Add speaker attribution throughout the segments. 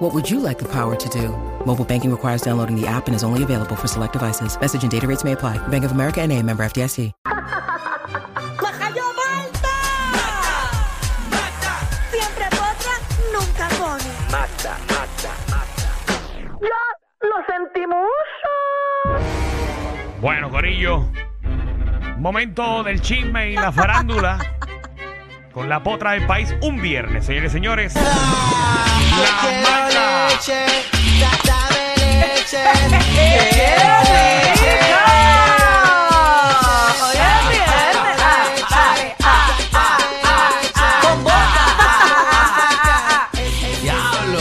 Speaker 1: What would you like the power to do? Mobile banking requires downloading the app and is only available for select devices. Message and data rates may apply. Bank of America and a member FDIC.
Speaker 2: ¡Majayo Malta! Siempre potra, nunca pone. ¡Ya lo sentimos!
Speaker 3: Bueno, Corillo, momento del chisme y la farándula con la potra del país un viernes, señores y señores.
Speaker 4: Ah,
Speaker 3: La mata.
Speaker 4: Diablo,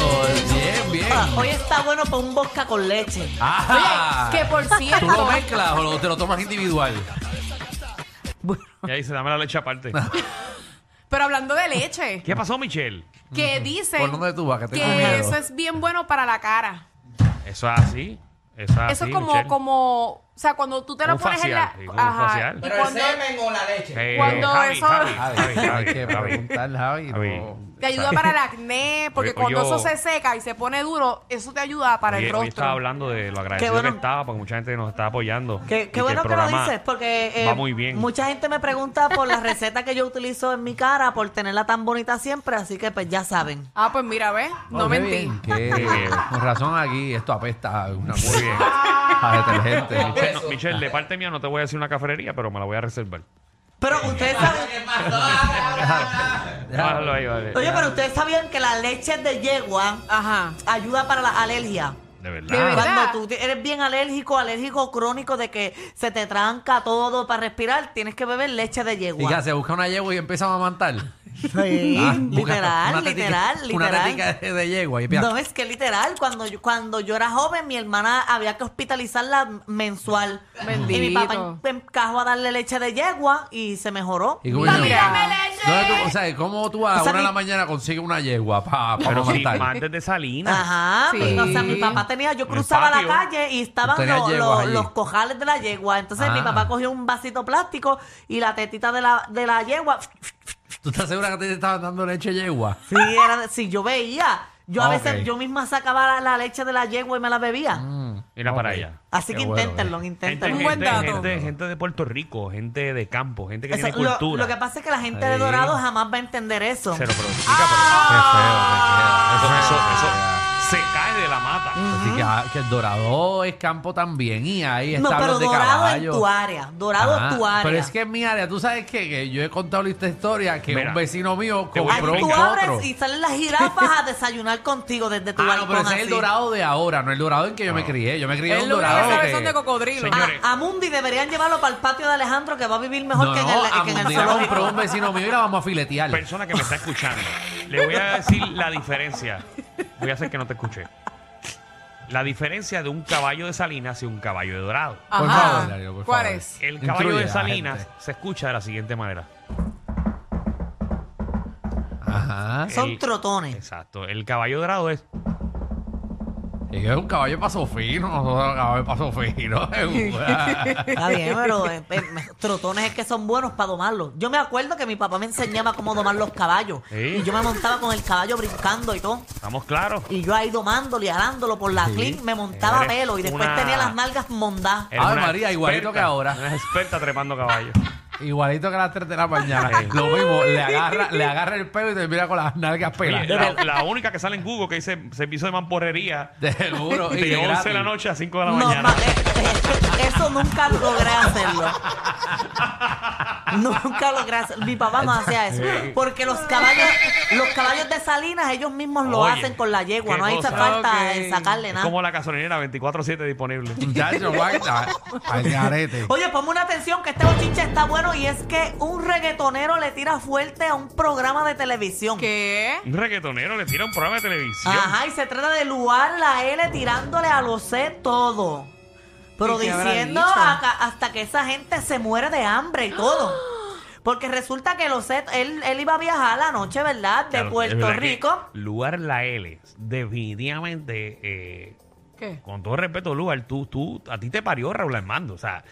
Speaker 4: bien, bien.
Speaker 5: Hoy está bueno para un bosca con leche.
Speaker 4: Ajá.
Speaker 6: Que por
Speaker 4: Ah. ¿Tú
Speaker 6: cierto,
Speaker 4: lo mezclas o lo- te lo tomas individual?
Speaker 3: Ya dice, dame la leche aparte.
Speaker 4: Ah.
Speaker 6: pero hablando de leche,
Speaker 3: ¿Qué pasó, Michelle?
Speaker 6: que dicen
Speaker 4: ¿Por dónde tú vas? Que tengo miedo.
Speaker 6: eso es bien bueno para la cara.
Speaker 3: Eso es así. Eso es así.
Speaker 6: eso es como,
Speaker 3: Ah, Michelle.
Speaker 6: como, o sea, cuando tú te lo
Speaker 3: Un
Speaker 6: pones
Speaker 3: facial, sí,
Speaker 6: en
Speaker 3: como un
Speaker 6: la... Ajá,
Speaker 3: facial.
Speaker 6: y
Speaker 3: Pero
Speaker 6: cuando-
Speaker 3: Eh,
Speaker 6: cuando
Speaker 3: Javi,
Speaker 6: eso-
Speaker 3: Javi,
Speaker 4: Javi,
Speaker 3: Javi,
Speaker 4: hay
Speaker 3: Javi,
Speaker 4: que
Speaker 3: Javi.
Speaker 4: preguntarle, Javi.
Speaker 3: Javi.
Speaker 4: no.
Speaker 6: te ayuda para el acné, porque
Speaker 3: Oye,
Speaker 6: cuando
Speaker 3: oye,
Speaker 6: eso se seca y se pone duro, eso te ayuda para
Speaker 3: Oye,
Speaker 6: el
Speaker 3: hoy estaba
Speaker 6: rostro.
Speaker 3: hablando de lo agradecido
Speaker 5: bueno.
Speaker 3: que estaba, porque mucha gente nos está apoyando. y
Speaker 5: Qué, qué
Speaker 3: el
Speaker 5: bueno que lo
Speaker 3: programa
Speaker 5: dices, porque eh,
Speaker 3: va muy bien.
Speaker 5: mucha gente me pregunta por la receta que yo utilizo en mi cara, por tenerla tan bonita siempre, así que pues ya saben.
Speaker 6: Ah, pues mira, ¿ves? No
Speaker 4: Oh, qué
Speaker 6: mentí.
Speaker 4: bien, que-
Speaker 3: Qué bien.
Speaker 4: con razón aquí esto apesta a una
Speaker 3: Muy bien.
Speaker 4: a detergente.
Speaker 3: Michelle, no, Michelle, de parte mía no te voy a decir una cafrería, pero me la voy a reservar.
Speaker 5: Pero ustedes saben,
Speaker 3: Déjalo ahí, vale.
Speaker 5: oye, pero ustedes sabían que la leche de yegua
Speaker 6: Ajá.
Speaker 5: ayuda para la alergia.
Speaker 3: De verdad.
Speaker 6: De verdad.
Speaker 5: Cuando tú te- eres bien alérgico, alérgico crónico de que se te tranca todo para respirar, tienes que beber leche de
Speaker 4: ¿Y qué
Speaker 5: yegua.
Speaker 4: hace? Busca una yegua y empieza a mamantar.
Speaker 5: Sí,
Speaker 4: Ah, busca
Speaker 5: literal,
Speaker 4: una tetica-
Speaker 5: literal,
Speaker 4: Una
Speaker 5: literal.
Speaker 4: tetica de, de yegua y empieza-
Speaker 5: No, es que literal, cuando yo, cuando yo era joven, mi hermana había que hospitalizarla mensual. Y mi papá en-
Speaker 6: Bendito.
Speaker 5: encajó a darle leche de yegua y se mejoró.
Speaker 4: ¿Y cómo
Speaker 6: Mira.
Speaker 4: yo-
Speaker 6: Mírame
Speaker 4: ¿Dónde tú- o sea, ¿cómo tú a
Speaker 5: O
Speaker 4: la
Speaker 5: sea,
Speaker 4: una de
Speaker 5: mi-
Speaker 4: la mañana consigues una yegua para
Speaker 3: Pero sí,
Speaker 4: mamantar?
Speaker 3: antes de Salinas.
Speaker 5: Ajá,
Speaker 6: Sí.
Speaker 5: pues, o sea, mi papá tenía, yo
Speaker 3: En el
Speaker 5: cruzaba la
Speaker 3: patio.
Speaker 5: calle y estaban
Speaker 4: Tenía
Speaker 5: los,
Speaker 4: yeguas
Speaker 5: los-
Speaker 4: allí.
Speaker 5: los cojales de la yegua. Entonces mi
Speaker 4: Ah.
Speaker 5: papá cogió un vasito plástico y la tetita de la, de la yegua.
Speaker 4: ¿Tú estás segura que te estaban dando leche yegua?
Speaker 5: Sí, era, si yo veía. Yo a
Speaker 4: Ah,
Speaker 5: veces
Speaker 4: ok.
Speaker 5: yo misma sacaba la, la leche de la yegua y me la bebía.
Speaker 3: Mira para
Speaker 4: Ok.
Speaker 3: allá.
Speaker 5: Así
Speaker 4: Mm, qué
Speaker 5: que
Speaker 4: bueno,
Speaker 5: inténtenlo,
Speaker 4: eh.
Speaker 3: Gente,
Speaker 5: inténtenlo.
Speaker 6: Un buen
Speaker 3: gente,
Speaker 6: dato.
Speaker 3: gente- gente de Puerto Rico, gente de campo, gente que
Speaker 5: Eso-
Speaker 3: tiene
Speaker 5: lo-
Speaker 3: cultura.
Speaker 5: Lo, que pasa es que la gente de
Speaker 4: Sí.
Speaker 5: Dorado jamás va a entender eso.
Speaker 3: Se lo produce,
Speaker 4: Qué feo, qué
Speaker 3: pero
Speaker 4: feo.
Speaker 3: Ah. eso, eso se cae de la mata.
Speaker 4: Así que, ah, que el dorado es campo también y ahí
Speaker 5: No,
Speaker 4: están
Speaker 5: pero
Speaker 4: los de
Speaker 5: Dorado
Speaker 4: caballo.
Speaker 5: en tu área. Dorado
Speaker 4: Ajá,
Speaker 5: en tu área.
Speaker 4: Ah, Pero es que en mi área, tú sabes qué? que yo he contado esta historia que
Speaker 3: Mira,
Speaker 4: un vecino mío
Speaker 3: te voy a
Speaker 4: compró
Speaker 5: Ahí tú
Speaker 3: explicar.
Speaker 4: otro.
Speaker 5: abres y salen las jirafas a desayunar contigo desde tu
Speaker 4: Ah, no,
Speaker 5: balcón
Speaker 4: pero ese es el
Speaker 5: así.
Speaker 4: dorado de ahora, no el dorado en que yo me
Speaker 3: No.
Speaker 4: crié. Yo me crié en
Speaker 6: El
Speaker 4: un
Speaker 6: lunes
Speaker 4: dorado.
Speaker 6: que sabes
Speaker 4: que-
Speaker 6: son de cocodrilo.
Speaker 3: Señor-
Speaker 5: A, a Mundi deberían llevarlo para el patio de Alejandro que va a vivir mejor
Speaker 4: No,
Speaker 5: que en
Speaker 4: no,
Speaker 5: el,
Speaker 4: a
Speaker 5: que en el
Speaker 4: Mundi la
Speaker 5: zoológico.
Speaker 4: compró un vecino mío y la vamos a filetear.
Speaker 3: Persona que me está escuchando, le voy a decir la diferencia. Voy a hacer que no te escuche. La diferencia de un caballo de Salinas y un caballo de Dorado.
Speaker 4: Por
Speaker 6: Ajá.
Speaker 4: favor, Darío, por
Speaker 6: ¿Cuál
Speaker 4: favor.
Speaker 6: es?
Speaker 3: El caballo
Speaker 4: Instruye a
Speaker 3: de
Speaker 4: la
Speaker 3: Salinas
Speaker 4: gente.
Speaker 3: se escucha de la siguiente manera.
Speaker 4: Ajá.
Speaker 5: Son
Speaker 3: El-
Speaker 5: trotones.
Speaker 3: Exacto. El caballo dorado es.
Speaker 4: Y Es un caballo de paso fino, nosotros caballo de paso fino.
Speaker 5: Está bien, pero eh, eh, trotones es que son buenos para domarlos. Yo me acuerdo que mi papá me enseñaba cómo domar los caballos.
Speaker 3: Sí.
Speaker 5: Y yo me montaba con el caballo brincando y todo.
Speaker 3: Estamos claros.
Speaker 5: Y yo ahí domándolo y arándolo por la
Speaker 4: Sí.
Speaker 5: clean, me montaba
Speaker 3: Eres
Speaker 5: pelo y después
Speaker 3: una-
Speaker 5: tenía las nalgas mondadas.
Speaker 3: Eres
Speaker 4: Ave
Speaker 3: una
Speaker 4: María, igualito
Speaker 3: experta,
Speaker 4: que ahora.
Speaker 3: Una experta trepando caballos.
Speaker 4: Igualito que a las 3 de la mañana.
Speaker 3: Sí.
Speaker 4: Lo mismo, le agarra, le agarra el pelo y te mira con las nalgas
Speaker 3: Oye,
Speaker 4: pelas.
Speaker 3: la, la única que sale en Google que dice servicio de mamporrería
Speaker 4: De seguro. y
Speaker 3: de 11 de la
Speaker 4: gratis.
Speaker 3: noche a 5 de la
Speaker 5: No,
Speaker 3: mañana.
Speaker 5: ma- eh, eh, eso nunca logré hacerlo. Nunca logré hacerlo. Mi papá no hacía eso. Porque los caballos, los caballos de Salinas, ellos mismos lo
Speaker 3: Oye,
Speaker 5: hacen con la yegua.
Speaker 3: qué
Speaker 5: No hace
Speaker 3: cosa.
Speaker 5: falta
Speaker 4: Ok.
Speaker 5: eh, sacarle
Speaker 3: Es
Speaker 5: nada.
Speaker 3: como la gasolinera 24-7 disponible.
Speaker 4: Muchacho, guarda. Al garete.
Speaker 5: Oye, ponme una atención que este bochinche está bueno y es que un reggaetonero le tira fuerte a un programa de televisión.
Speaker 6: ¿Qué?
Speaker 3: Un reggaetonero le tira un programa de televisión.
Speaker 5: Ajá, y se trata de Luar la L tirándole a los C todo. Pero
Speaker 7: ¿Y qué habrá
Speaker 5: diciendo
Speaker 7: dicho?
Speaker 5: acá- hasta que esa gente se muere de hambre y todo. Porque resulta que los set, él, él iba a viajar la noche, ¿verdad? De
Speaker 3: Claro,
Speaker 5: Puerto
Speaker 3: es verdad que
Speaker 5: Rico.
Speaker 3: Lugar La L, definitivamente, eh,
Speaker 6: ¿Qué?
Speaker 3: con todo respeto, Lugar, tú, tú, a ti te parió Raúl Armando. O sea,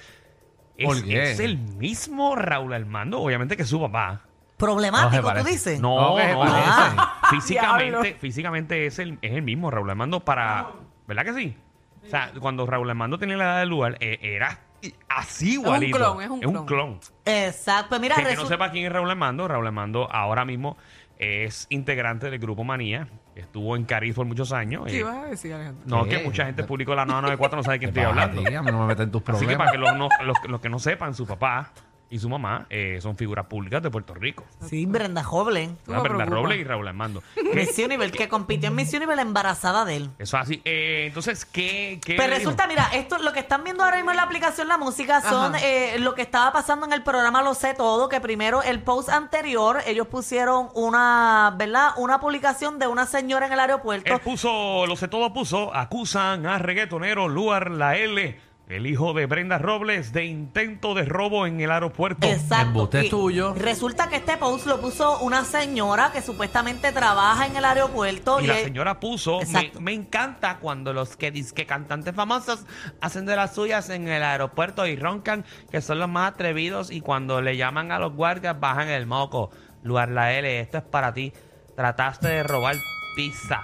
Speaker 3: es,
Speaker 4: ¿Por qué?
Speaker 3: es el mismo Raúl Armando, obviamente que su papá.
Speaker 4: No se
Speaker 5: Problemático, tú
Speaker 4: parece.
Speaker 5: dices.
Speaker 4: No,
Speaker 3: No,
Speaker 4: que se
Speaker 3: no,
Speaker 4: parece.
Speaker 3: ah, físicamente,
Speaker 6: Diablo.
Speaker 3: físicamente es el, es el mismo Raúl Armando para, ¿verdad que sí? O sea, cuando Raúl Armando tenía la edad de lugar, eh, era así igualito.
Speaker 6: clon, es un
Speaker 3: Es un clon.
Speaker 5: Exacto. Pues mira,
Speaker 3: Que, que no
Speaker 5: resu-
Speaker 3: sepa quién es Raúl Armando, Raúl Armando ahora mismo es integrante del grupo Manía. Estuvo en Cariz por muchos años.
Speaker 6: ¿Qué
Speaker 3: eh,
Speaker 6: ibas a decir, Alejandro?
Speaker 3: no,
Speaker 4: ¿Qué?
Speaker 3: que mucha gente publicó la 994, no sabe de quién
Speaker 4: ¿Qué
Speaker 3: estoy
Speaker 4: pasa,
Speaker 3: hablando.
Speaker 4: tía? A mí no me meten tus problemas.
Speaker 3: Así que para que los, no- los- los que no sepan, su papá y su mamá eh, son figuras públicas de Puerto Rico.
Speaker 5: Sí, Brenda Joblin.
Speaker 6: Tú me
Speaker 3: ¿verdad? Brenda
Speaker 6: preocupas.
Speaker 3: Robles y Raúl Armando. Que-
Speaker 5: Miss Universe, que compitió en Miss Universe la embarazada de él.
Speaker 3: Eso es así. Eh, entonces, ¿qué, qué
Speaker 5: Pero
Speaker 3: le dijo?
Speaker 5: Pues resulta, mira, esto, lo que están viendo ahora mismo en la aplicación La Música son
Speaker 6: Ajá.
Speaker 5: eh, lo que estaba pasando en el programa Lo Sé Todo, que primero el post anterior, ellos pusieron una, ¿verdad? Una publicación de una señora en el aeropuerto.
Speaker 3: Él puso, lo sé todo puso, acusan a reggaetonero Luar La L, el hijo de Brenda Robles, de intento de robo en el aeropuerto.
Speaker 5: Exacto.
Speaker 4: Embuste
Speaker 5: Y
Speaker 4: tuyo.
Speaker 5: Resulta que este post lo puso una señora que supuestamente trabaja en el aeropuerto.
Speaker 3: Y la
Speaker 5: eh,
Speaker 3: señora puso, me,
Speaker 5: Exacto.
Speaker 3: me encanta cuando los que disque cantantes famosos hacen de las suyas en el aeropuerto y roncan, que son los más atrevidos y cuando le llaman a los guardias bajan el moco. Lugar la L, esto es para ti. Trataste de robar pizza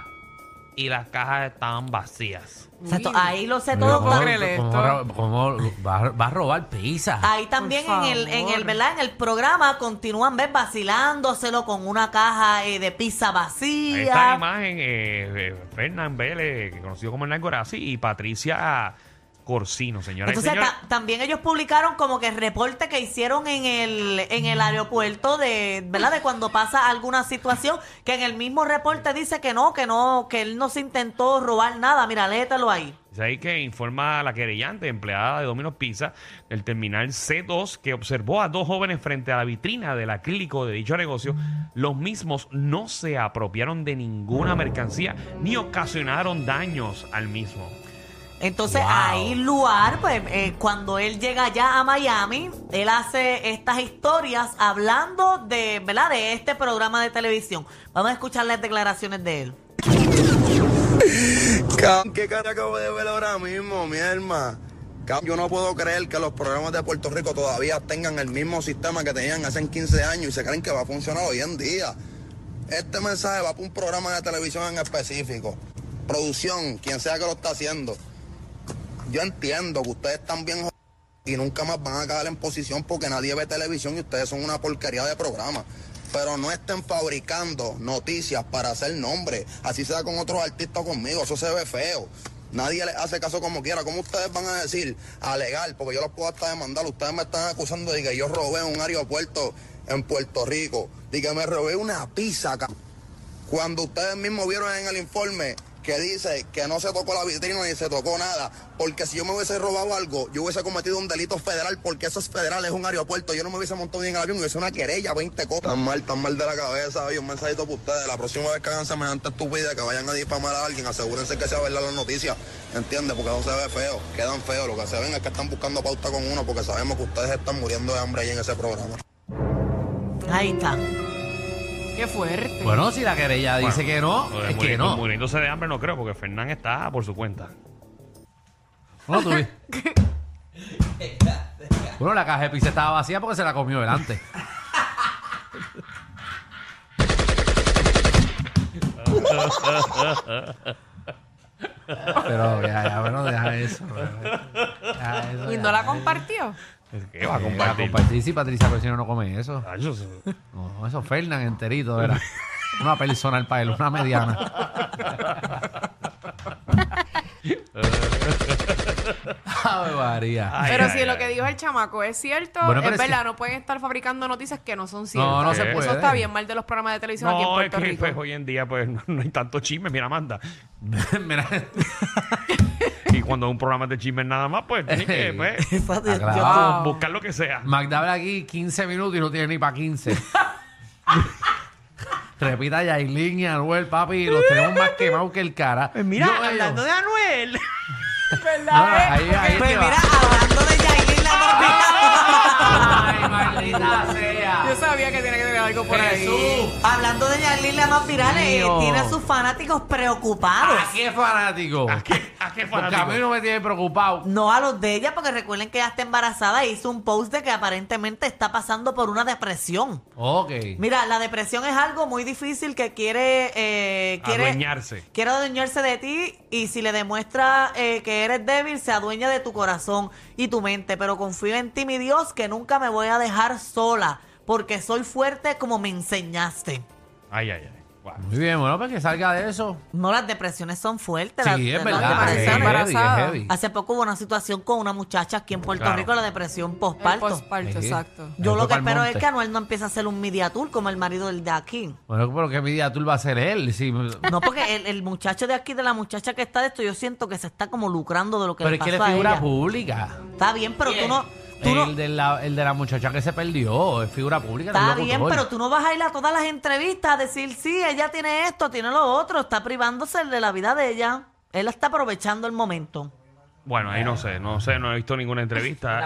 Speaker 3: y las cajas estaban vacías.
Speaker 5: exacto, ahí lo sé
Speaker 4: Mira,
Speaker 5: todo.
Speaker 4: ¿cómo-
Speaker 5: pa-
Speaker 6: creerle esto.
Speaker 4: cómo ra- cómo va, va a robar pizza?
Speaker 5: Ahí también en
Speaker 6: Por
Speaker 5: el, en el,
Speaker 6: favor.
Speaker 5: ¿verdad? En el programa continúan ¿ves? vacilándoselo con una caja eh, de pizza
Speaker 3: Ahí está la
Speaker 5: vacía.
Speaker 3: imagen, eh, eh, Fernán Vélez, que conocido como Hernán Gorazzi, y Patricia Corsino, señora
Speaker 5: Entonces
Speaker 3: y señores.
Speaker 5: ta- también ellos publicaron como que el reporte que hicieron en el, en el aeropuerto de, ¿verdad? De cuando pasa alguna situación, que en el mismo reporte dice que no, que no, que él no se intentó robar nada. Mira, léetelo ahí.
Speaker 3: Dice ahí que informa a la querellante, empleada de Domino's Pizza, del terminal C2, que observó a dos jóvenes frente a la vitrina del acrílico de dicho negocio. Los mismos no se apropiaron de ninguna mercancía ni ocasionaron daños al mismo.
Speaker 5: Entonces
Speaker 4: Wow.
Speaker 5: ahí Luar, pues eh, cuando él llega ya a Miami, él hace estas historias hablando de, ¿verdad? De este programa de televisión. Vamos a escuchar las declaraciones de él.
Speaker 8: Cabrón, ¿Qué cara acabo de ver ahora mismo, mi herma? Cabrón, Yo no puedo creer que los programas de Puerto Rico todavía tengan el mismo sistema que tenían hace 15 años y se creen que va a funcionar hoy en día. Este mensaje va para un programa de televisión en específico. Producción, quien sea que lo está haciendo. Yo entiendo que ustedes están bien jodidos y nunca más van a quedar en posición porque nadie ve televisión y ustedes son una porquería de programa. Pero no estén fabricando noticias para hacer nombre. Así sea con otros artistas o conmigo, eso se ve feo. Nadie les hace caso como quiera. ¿Cómo ustedes van a decir, alegar? Porque yo los puedo hasta demandar. Ustedes me están acusando de que yo robé un aeropuerto en Puerto Rico. De que me robé una pizza acá cuando ustedes mismos vieron en el informe que dice que no se tocó la vitrina ni se tocó nada, porque si yo me hubiese robado algo, yo hubiese cometido un delito federal, porque eso es federal, es un aeropuerto, yo no me hubiese montado ni en el avión, hubiese una querella, 20 cosas. Tan mal, tan mal de la cabeza, oye, un mensajito para ustedes, la próxima vez que hagan semejante estupidez, que vayan a difamar a alguien, asegúrense que sea verdad la noticia, ¿entiendes? Porque no se ve feo, quedan feos, lo que se ven es que están buscando pauta con uno, porque sabemos que ustedes están muriendo de hambre ahí en ese programa.
Speaker 5: Ahí está.
Speaker 6: Qué fuerte.
Speaker 4: Bueno, si la querella dice
Speaker 3: Bueno,
Speaker 4: que
Speaker 3: lo
Speaker 4: no,
Speaker 3: de
Speaker 4: es que
Speaker 3: morir-
Speaker 4: no.
Speaker 3: Muriéndose de hambre no creo, porque Fernán está por su cuenta.
Speaker 4: Bueno, tú vi- Bueno, la caja de pizza estaba vacía porque se la comió delante. Pero ya, ya, bueno, deja eso. Deja eso,
Speaker 6: ¿Y
Speaker 4: ya.
Speaker 6: no la compartió?
Speaker 3: ¿Qué va a
Speaker 4: Eh,
Speaker 3: compartir?
Speaker 4: compartir si Patricia Corsino no come eso.
Speaker 3: Ah, yo sé.
Speaker 4: No, eso Fernan enterito era. Una personal para él, una mediana. Ave María.
Speaker 3: Ay,
Speaker 6: pero
Speaker 3: ay,
Speaker 6: si lo
Speaker 3: ay.
Speaker 6: que dijo el chamaco es cierto,
Speaker 4: Bueno,
Speaker 6: es
Speaker 4: pero es
Speaker 6: verdad,
Speaker 4: que-
Speaker 6: no pueden estar fabricando noticias que no son ciertas.
Speaker 4: No, no se
Speaker 3: Eso
Speaker 4: puede.
Speaker 6: Eso está bien mal de los programas de televisión aquí en
Speaker 3: No, es
Speaker 6: Puerto
Speaker 3: que
Speaker 6: Rico.
Speaker 3: pues, hoy en día pues no, no hay tanto chisme, mira Amanda.
Speaker 4: Mira,
Speaker 3: Y cuando un programa de chisme nada más, pues tiene que pues,
Speaker 5: Exacto.
Speaker 4: Aclarado.
Speaker 7: Ah.
Speaker 6: Wow.
Speaker 3: buscar lo que sea.
Speaker 4: Magda habla aquí 15 minutos y no tiene ni para 15. Repita
Speaker 6: Pues
Speaker 4: Yailin y Anuel, papi, los tenemos más quemados que el cara.
Speaker 3: Mira,
Speaker 4: Yo, ellos,
Speaker 3: hablando de Anuel.
Speaker 4: Ah, ahí, ahí
Speaker 5: Pues
Speaker 4: te va.
Speaker 5: mira, hablando de Yailin la más
Speaker 4: Ay, maldita sea.
Speaker 6: Yo sabía que tenía que tener algo por ahí.
Speaker 4: Jesús.
Speaker 5: viral. hablando de Yailin la más viral, eh,
Speaker 4: Mío.
Speaker 5: tiene a sus fanáticos preocupados.
Speaker 4: ¿A qué fanático?
Speaker 3: ¿A qué, a qué
Speaker 4: Porque a mí
Speaker 3: fanático?
Speaker 4: no me tiene preocupado.
Speaker 5: No a los de ella, porque recuerden que ella está embarazada e hizo un post de que aparentemente está pasando por una depresión.
Speaker 4: Ok.
Speaker 5: Mira, la depresión es algo muy difícil que quiere... eh, quiere
Speaker 3: Adueñarse.
Speaker 5: Quiere adueñarse de ti y si le demuestra eh, que eres débil, se adueña de tu corazón y tu mente. Pero confío en ti, mi Dios, que nunca me voy a dejar sola, porque soy fuerte como me enseñaste.
Speaker 3: Ay, ay, ay. Wow.
Speaker 4: Muy bien, bueno, pues que salga de eso.
Speaker 5: No, las depresiones son fuertes. las-
Speaker 4: Sí, es
Speaker 5: las
Speaker 4: verdad. Es
Speaker 5: depresiones.
Speaker 6: embarazada.
Speaker 4: heavy, es heavy.
Speaker 5: Hace poco hubo una situación con una muchacha aquí en Puerto
Speaker 3: Claro.
Speaker 5: Rico, la depresión
Speaker 6: El
Speaker 5: postparto.
Speaker 6: postparto,
Speaker 4: Sí.
Speaker 6: exacto.
Speaker 5: Yo lo
Speaker 4: Toca
Speaker 5: que
Speaker 4: el
Speaker 5: espero es
Speaker 4: monte.
Speaker 5: que Anuel no empiece a hacer un media tour como el marido del de aquí.
Speaker 4: Bueno, pero que media tour va a ser él. Sí.
Speaker 5: No, porque el, el muchacho de aquí, de la muchacha que está de esto, yo siento que se está como lucrando de lo que
Speaker 4: Pero
Speaker 5: le
Speaker 4: es
Speaker 5: pasó
Speaker 4: que él es
Speaker 5: a
Speaker 4: figura
Speaker 5: ella.
Speaker 4: pública.
Speaker 5: Está bien, pero tú no. Tú no
Speaker 4: El de, la, el de la muchacha que se perdió es figura pública. no es
Speaker 5: está
Speaker 4: locutor.
Speaker 5: bien, pero tú no vas a ir a todas las entrevistas a decir, sí, ella tiene esto, tiene lo otro. Está privándose de la vida de ella. Él está aprovechando el momento.
Speaker 3: Bueno, ahí no sé, no sé, no he visto ninguna entrevista. Eh,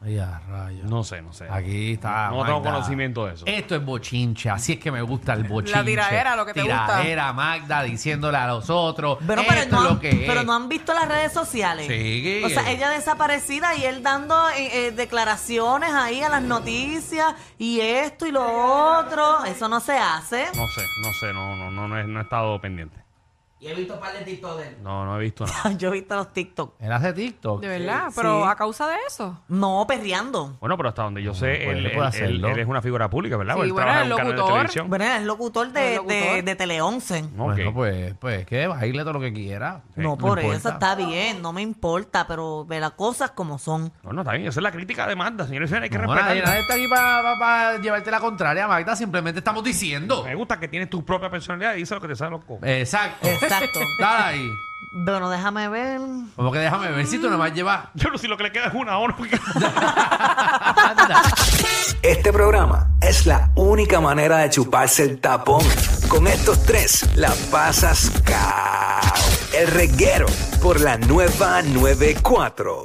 Speaker 4: Ay, a rayos.
Speaker 3: no sé, no sé.
Speaker 4: Aquí está.
Speaker 3: No tengo
Speaker 4: Magda.
Speaker 3: conocimiento de eso.
Speaker 7: Eh.
Speaker 4: Esto es bochinche, así es que me gusta el bochinche.
Speaker 6: tiradera, lo que te gusta.
Speaker 4: Tiradera, Magda, diciéndole a los otros.
Speaker 5: Pero,
Speaker 4: esto
Speaker 5: pero, no,
Speaker 4: es
Speaker 5: han,
Speaker 4: lo que
Speaker 5: pero
Speaker 4: es.
Speaker 5: no han visto las redes sociales.
Speaker 4: Sí.
Speaker 5: O sea, ella desaparecida y él dando eh, eh, declaraciones ahí a las noticias y esto y lo otro. Eso no se hace.
Speaker 3: No sé, no sé, no, no, no, no he, no he estado pendiente.
Speaker 7: Y he visto un par de TikTok de él.
Speaker 3: No, no he visto nada.
Speaker 5: Yo he visto los TikTok.
Speaker 4: Él hace TikTok.
Speaker 6: De verdad, pero a causa de eso.
Speaker 5: No, perreando.
Speaker 3: Bueno, pero hasta donde yo sé, él,
Speaker 4: pues, él
Speaker 3: él-
Speaker 4: puede
Speaker 3: él-
Speaker 4: hacerlo.
Speaker 3: él es una figura pública, ¿verdad?
Speaker 6: Sí,
Speaker 3: Porque él
Speaker 6: bueno,
Speaker 3: trabaja en
Speaker 6: el
Speaker 3: un canal de
Speaker 6: locutor.
Speaker 3: televisión.
Speaker 5: Bueno, es locutor de,
Speaker 6: El locutor.
Speaker 5: de- de Tele 11.
Speaker 3: Ok.
Speaker 4: Bueno, pues, pues que baile todo lo que quiera. Eh,
Speaker 5: No,
Speaker 4: no
Speaker 5: por eso
Speaker 4: importa.
Speaker 5: está bien, no me importa, pero ve las cosas como son.
Speaker 3: No, no, está bien. Esa es la crítica de Magda, señores. y señores, Hay que
Speaker 4: No, nadie,
Speaker 3: respetarla.
Speaker 4: nadie está aquí para llevarte la contraria, Magda. Simplemente estamos diciendo.
Speaker 3: Me gusta que tienes tu propia personalidad y dices lo que te sale loco.
Speaker 4: Eh. Exacto.
Speaker 5: Exacto.
Speaker 4: Dale ahí.
Speaker 5: Bueno, déjame ver.
Speaker 4: Como que déjame ver si tú nomás llevas.
Speaker 3: Yo no sé si lo que le queda es una hora. porque-
Speaker 4: Anda.
Speaker 9: Este programa es la única manera de chuparse el tapón. Con estos tres la pasas cao. El reguero por la nueva 94.